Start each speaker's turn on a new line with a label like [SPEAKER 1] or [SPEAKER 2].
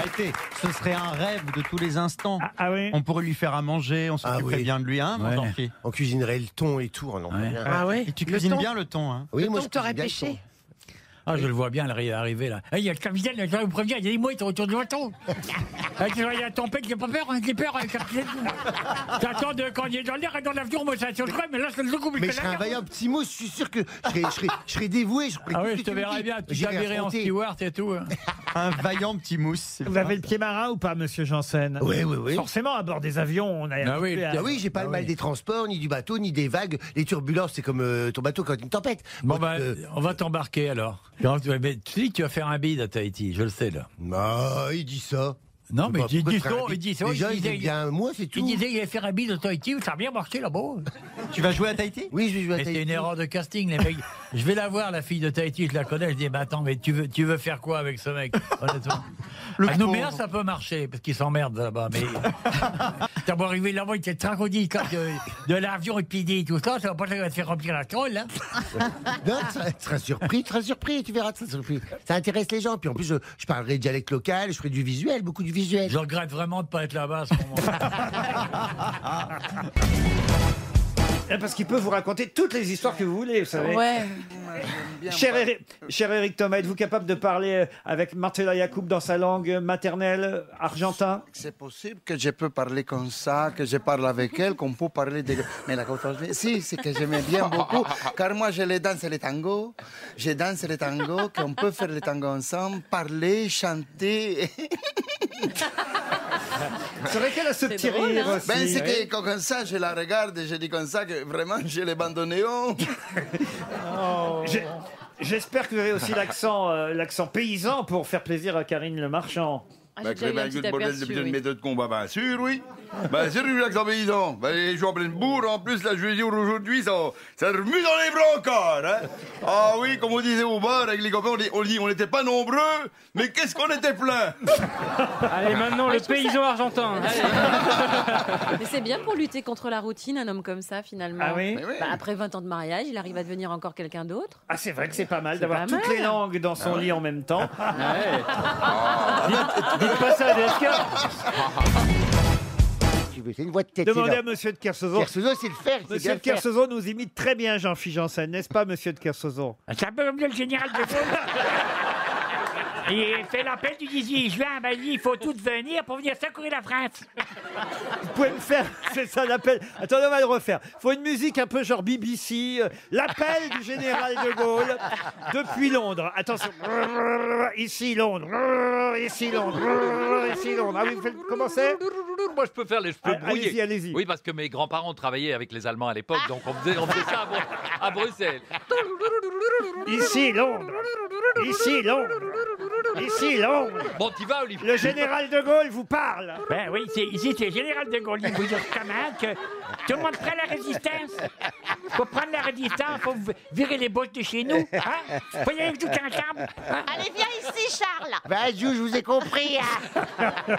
[SPEAKER 1] invité. Ce serait un rêve de tous les instants.
[SPEAKER 2] Ah, ah oui
[SPEAKER 1] On pourrait lui faire à manger, on s'occuperait
[SPEAKER 3] Ah oui.
[SPEAKER 1] bien de lui, hein, mon
[SPEAKER 4] Ouais.
[SPEAKER 1] gentil
[SPEAKER 3] On cuisinerait le thon et tout. on en
[SPEAKER 4] Ouais.
[SPEAKER 3] revient.
[SPEAKER 5] Ah ouais
[SPEAKER 1] Et tu
[SPEAKER 5] Le
[SPEAKER 1] cuisines
[SPEAKER 5] thon.
[SPEAKER 1] bien le thon, hein
[SPEAKER 3] Oui,
[SPEAKER 5] Le
[SPEAKER 3] moi,
[SPEAKER 5] thon
[SPEAKER 3] je
[SPEAKER 5] que t'aurais
[SPEAKER 3] cuisine bien le
[SPEAKER 5] pêché.
[SPEAKER 4] Ah, je le vois bien arri- arriver là. Eh, Il y a le capitaine, là, je vous préviens, il y a des mouettes autour de l'auto. Ah, tu vois, Il y a la tempête, j'ai pas peur, hein, j'ai peur, hein, le capitaine. J'attends de- quand il est dans l'air et dans l'avion, moi ça surprend, mais là, c'est le coup,
[SPEAKER 3] Mais je serais un vaillant petit mot, je suis sûr que je serais, je serais, je serais dévoué. Je ferais
[SPEAKER 4] Ah
[SPEAKER 3] tout
[SPEAKER 4] oui,
[SPEAKER 3] ce
[SPEAKER 4] je
[SPEAKER 3] que
[SPEAKER 4] te
[SPEAKER 3] tu me
[SPEAKER 4] verrai
[SPEAKER 3] dis.
[SPEAKER 4] bien, tu
[SPEAKER 3] J'irais
[SPEAKER 4] t'habillerais en
[SPEAKER 3] affronter.
[SPEAKER 4] steward et tout. hein.
[SPEAKER 1] Un vaillant petit mousse. c'est
[SPEAKER 2] Vous
[SPEAKER 1] bien.
[SPEAKER 2] avez le pied marin ou pas, monsieur Janssen
[SPEAKER 3] Oui, oui, oui.
[SPEAKER 2] Forcément, à bord des avions, on a.
[SPEAKER 4] Ah oui, le
[SPEAKER 2] à-
[SPEAKER 3] Ah oui, j'ai pas le mal des transports, ni du bateau, ni des vagues. Les turbulences, c'est comme euh, ton bateau quand il y a une tempête.
[SPEAKER 4] Bon,
[SPEAKER 3] Quand,
[SPEAKER 4] bah,
[SPEAKER 3] euh,
[SPEAKER 4] on va t'embarquer alors. Non, tu- Mais tu dis que tu vas faire un bide à Tahiti, je le sais là.
[SPEAKER 3] non, Bah, il dit ça.
[SPEAKER 4] Non, mais
[SPEAKER 3] Bah,
[SPEAKER 4] il
[SPEAKER 3] pourquoi
[SPEAKER 4] dit
[SPEAKER 3] faire
[SPEAKER 4] ça,
[SPEAKER 3] un
[SPEAKER 4] il dit ça.
[SPEAKER 3] Les gens,
[SPEAKER 4] il
[SPEAKER 3] ils
[SPEAKER 4] disait-
[SPEAKER 3] disent bien, moi, c'est
[SPEAKER 4] Il
[SPEAKER 3] tout.
[SPEAKER 4] disait qu'il allait faire un bide à Tahiti, ça a bien marché là-bas.
[SPEAKER 1] Tu vas jouer à Tahiti
[SPEAKER 3] Oui, je vais jouer à
[SPEAKER 4] Mais
[SPEAKER 3] Tahiti.
[SPEAKER 4] C'était une erreur de casting, les mecs. Je vais la voir, la fille de Tahiti, je la connais. Je dis, bah attends, mais tu veux, tu veux faire quoi avec ce mec, honnêtement Ah,
[SPEAKER 1] Le
[SPEAKER 4] À Nouméa,
[SPEAKER 1] pauvre.
[SPEAKER 4] ça peut marcher, parce qu'il s'emmerde là-bas. Mais t'as beau arriver là-bas, il était tracodie comme de, de l'avion et puis dit tout ça, ça va pas ça va te faire remplir la tôle, hein.
[SPEAKER 3] Non, tu seras- tu seras surpris, tu seras surpris, tu verras, tu seras surpris. Ça intéresse les gens. Puis en plus, je, je parlerai dialecte local, je ferai du visuel, beaucoup du visuel.
[SPEAKER 4] Je regrette vraiment de pas être là-bas à ce moment
[SPEAKER 6] Ah, Parce qu'il peut vous raconter toutes les histoires que vous voulez, vous savez.
[SPEAKER 5] Ouais.
[SPEAKER 6] Cher, Eric, cher Eric Thomas, êtes-vous capable de parler euh, avec Marcela Yacoub dans sa langue maternelle euh, argentin
[SPEAKER 7] C'est possible que je peux parler comme ça, que je parle avec elle, qu'on peut parler de... Mais la contredanse, si, c'est que j'aime bien beaucoup, car moi je les danse les tangos, je danse les tangos, qu'on peut faire les tangos ensemble, parler, chanter.
[SPEAKER 6] C'est vrai qu'elle a ce petit
[SPEAKER 5] drôle,
[SPEAKER 6] rire
[SPEAKER 5] hein
[SPEAKER 6] aussi.
[SPEAKER 7] Ben c'est que comme ça, je la regarde et je dis comme ça que vraiment je Oh. les bande au néon.
[SPEAKER 6] J'ai- J'espère que vous avez aussi l'accent euh, l'accent paysan pour faire plaisir à Karine Le Marchand.
[SPEAKER 5] Ah,
[SPEAKER 7] Bah,
[SPEAKER 5] j'ai déjà eu un
[SPEAKER 7] que le
[SPEAKER 5] petit
[SPEAKER 7] bordel de
[SPEAKER 5] aperçu,
[SPEAKER 7] putain de
[SPEAKER 5] oui.
[SPEAKER 7] méthode de combat, bien sûr, oui. Bien sûr, Jacques Zambéidon. Bah, les joueurs plein de bourre, en plus, la journée aujourd'hui, ça, ça remue dans les bras encore, hein. Ah oui, comme on disait au bar avec les copains, on dit, on dit, on n'était pas nombreux, mais qu'est-ce qu'on était plein.
[SPEAKER 8] Allez, maintenant,
[SPEAKER 5] Ah,
[SPEAKER 8] le paysan argentin.
[SPEAKER 5] Mais c'est bien pour lutter contre la routine, un homme comme ça, finalement.
[SPEAKER 6] Ah oui
[SPEAKER 7] Mais oui.
[SPEAKER 5] Bah, Après 20 ans de mariage, il arrive à devenir encore quelqu'un d'autre.
[SPEAKER 6] Ah, c'est vrai que c'est pas mal d'avoir
[SPEAKER 5] pas
[SPEAKER 6] toutes
[SPEAKER 5] mal.
[SPEAKER 6] les langues dans
[SPEAKER 3] Ah
[SPEAKER 6] son lit en même temps. Dites- Dites pas ça à
[SPEAKER 3] Ah,
[SPEAKER 6] DSK.
[SPEAKER 3] Tu veux, C'est une voix de tête.
[SPEAKER 6] Demandez à
[SPEAKER 3] énorme.
[SPEAKER 6] monsieur de Kersozo.
[SPEAKER 3] Kersozo, c'est le faire. c'est bien
[SPEAKER 6] Monsieur
[SPEAKER 3] le
[SPEAKER 6] de
[SPEAKER 3] faire.
[SPEAKER 6] Kersozo nous imite très bien Jean-Philippe Janssen, n'est-ce pas, monsieur de Kersozo
[SPEAKER 4] C'est un peu comme le général de Gaulle. Il fait l'appel du 18 juin, ben, il dit, il faut tous venir pour venir secourir la France.
[SPEAKER 6] Vous pouvez me faire, c'est ça l'appel. Attendez, on va le refaire. Faut une musique un peu genre BBC, euh, l'appel du général de Gaulle depuis Londres. Attention, ici Londres, ici Londres, ici Londres. Ah oui, vous faites commencer
[SPEAKER 9] Moi, je peux faire les cheveux
[SPEAKER 6] Ah,
[SPEAKER 9] brouillés.
[SPEAKER 6] allez-y, allez-y.
[SPEAKER 9] Oui, parce que mes grands-parents travaillaient avec les Allemands à l'époque, donc on faisait, on faisait ça à, Bru- à Bruxelles.
[SPEAKER 6] Ici Londres, ici Londres, ici Londres.
[SPEAKER 9] Bon, t'y vas, Olivier
[SPEAKER 6] Le général de Gaulle vous parle.
[SPEAKER 4] Ben oui, c'est, ici c'est le général de Gaulle, il vous dit comment que tout le monde prend la résistance. Faut prendre la résistance, faut v- virer les bosses de chez nous. Hein faut y aller tout ensemble. hein.
[SPEAKER 3] Bah, Jou, je vous ai compris. hein.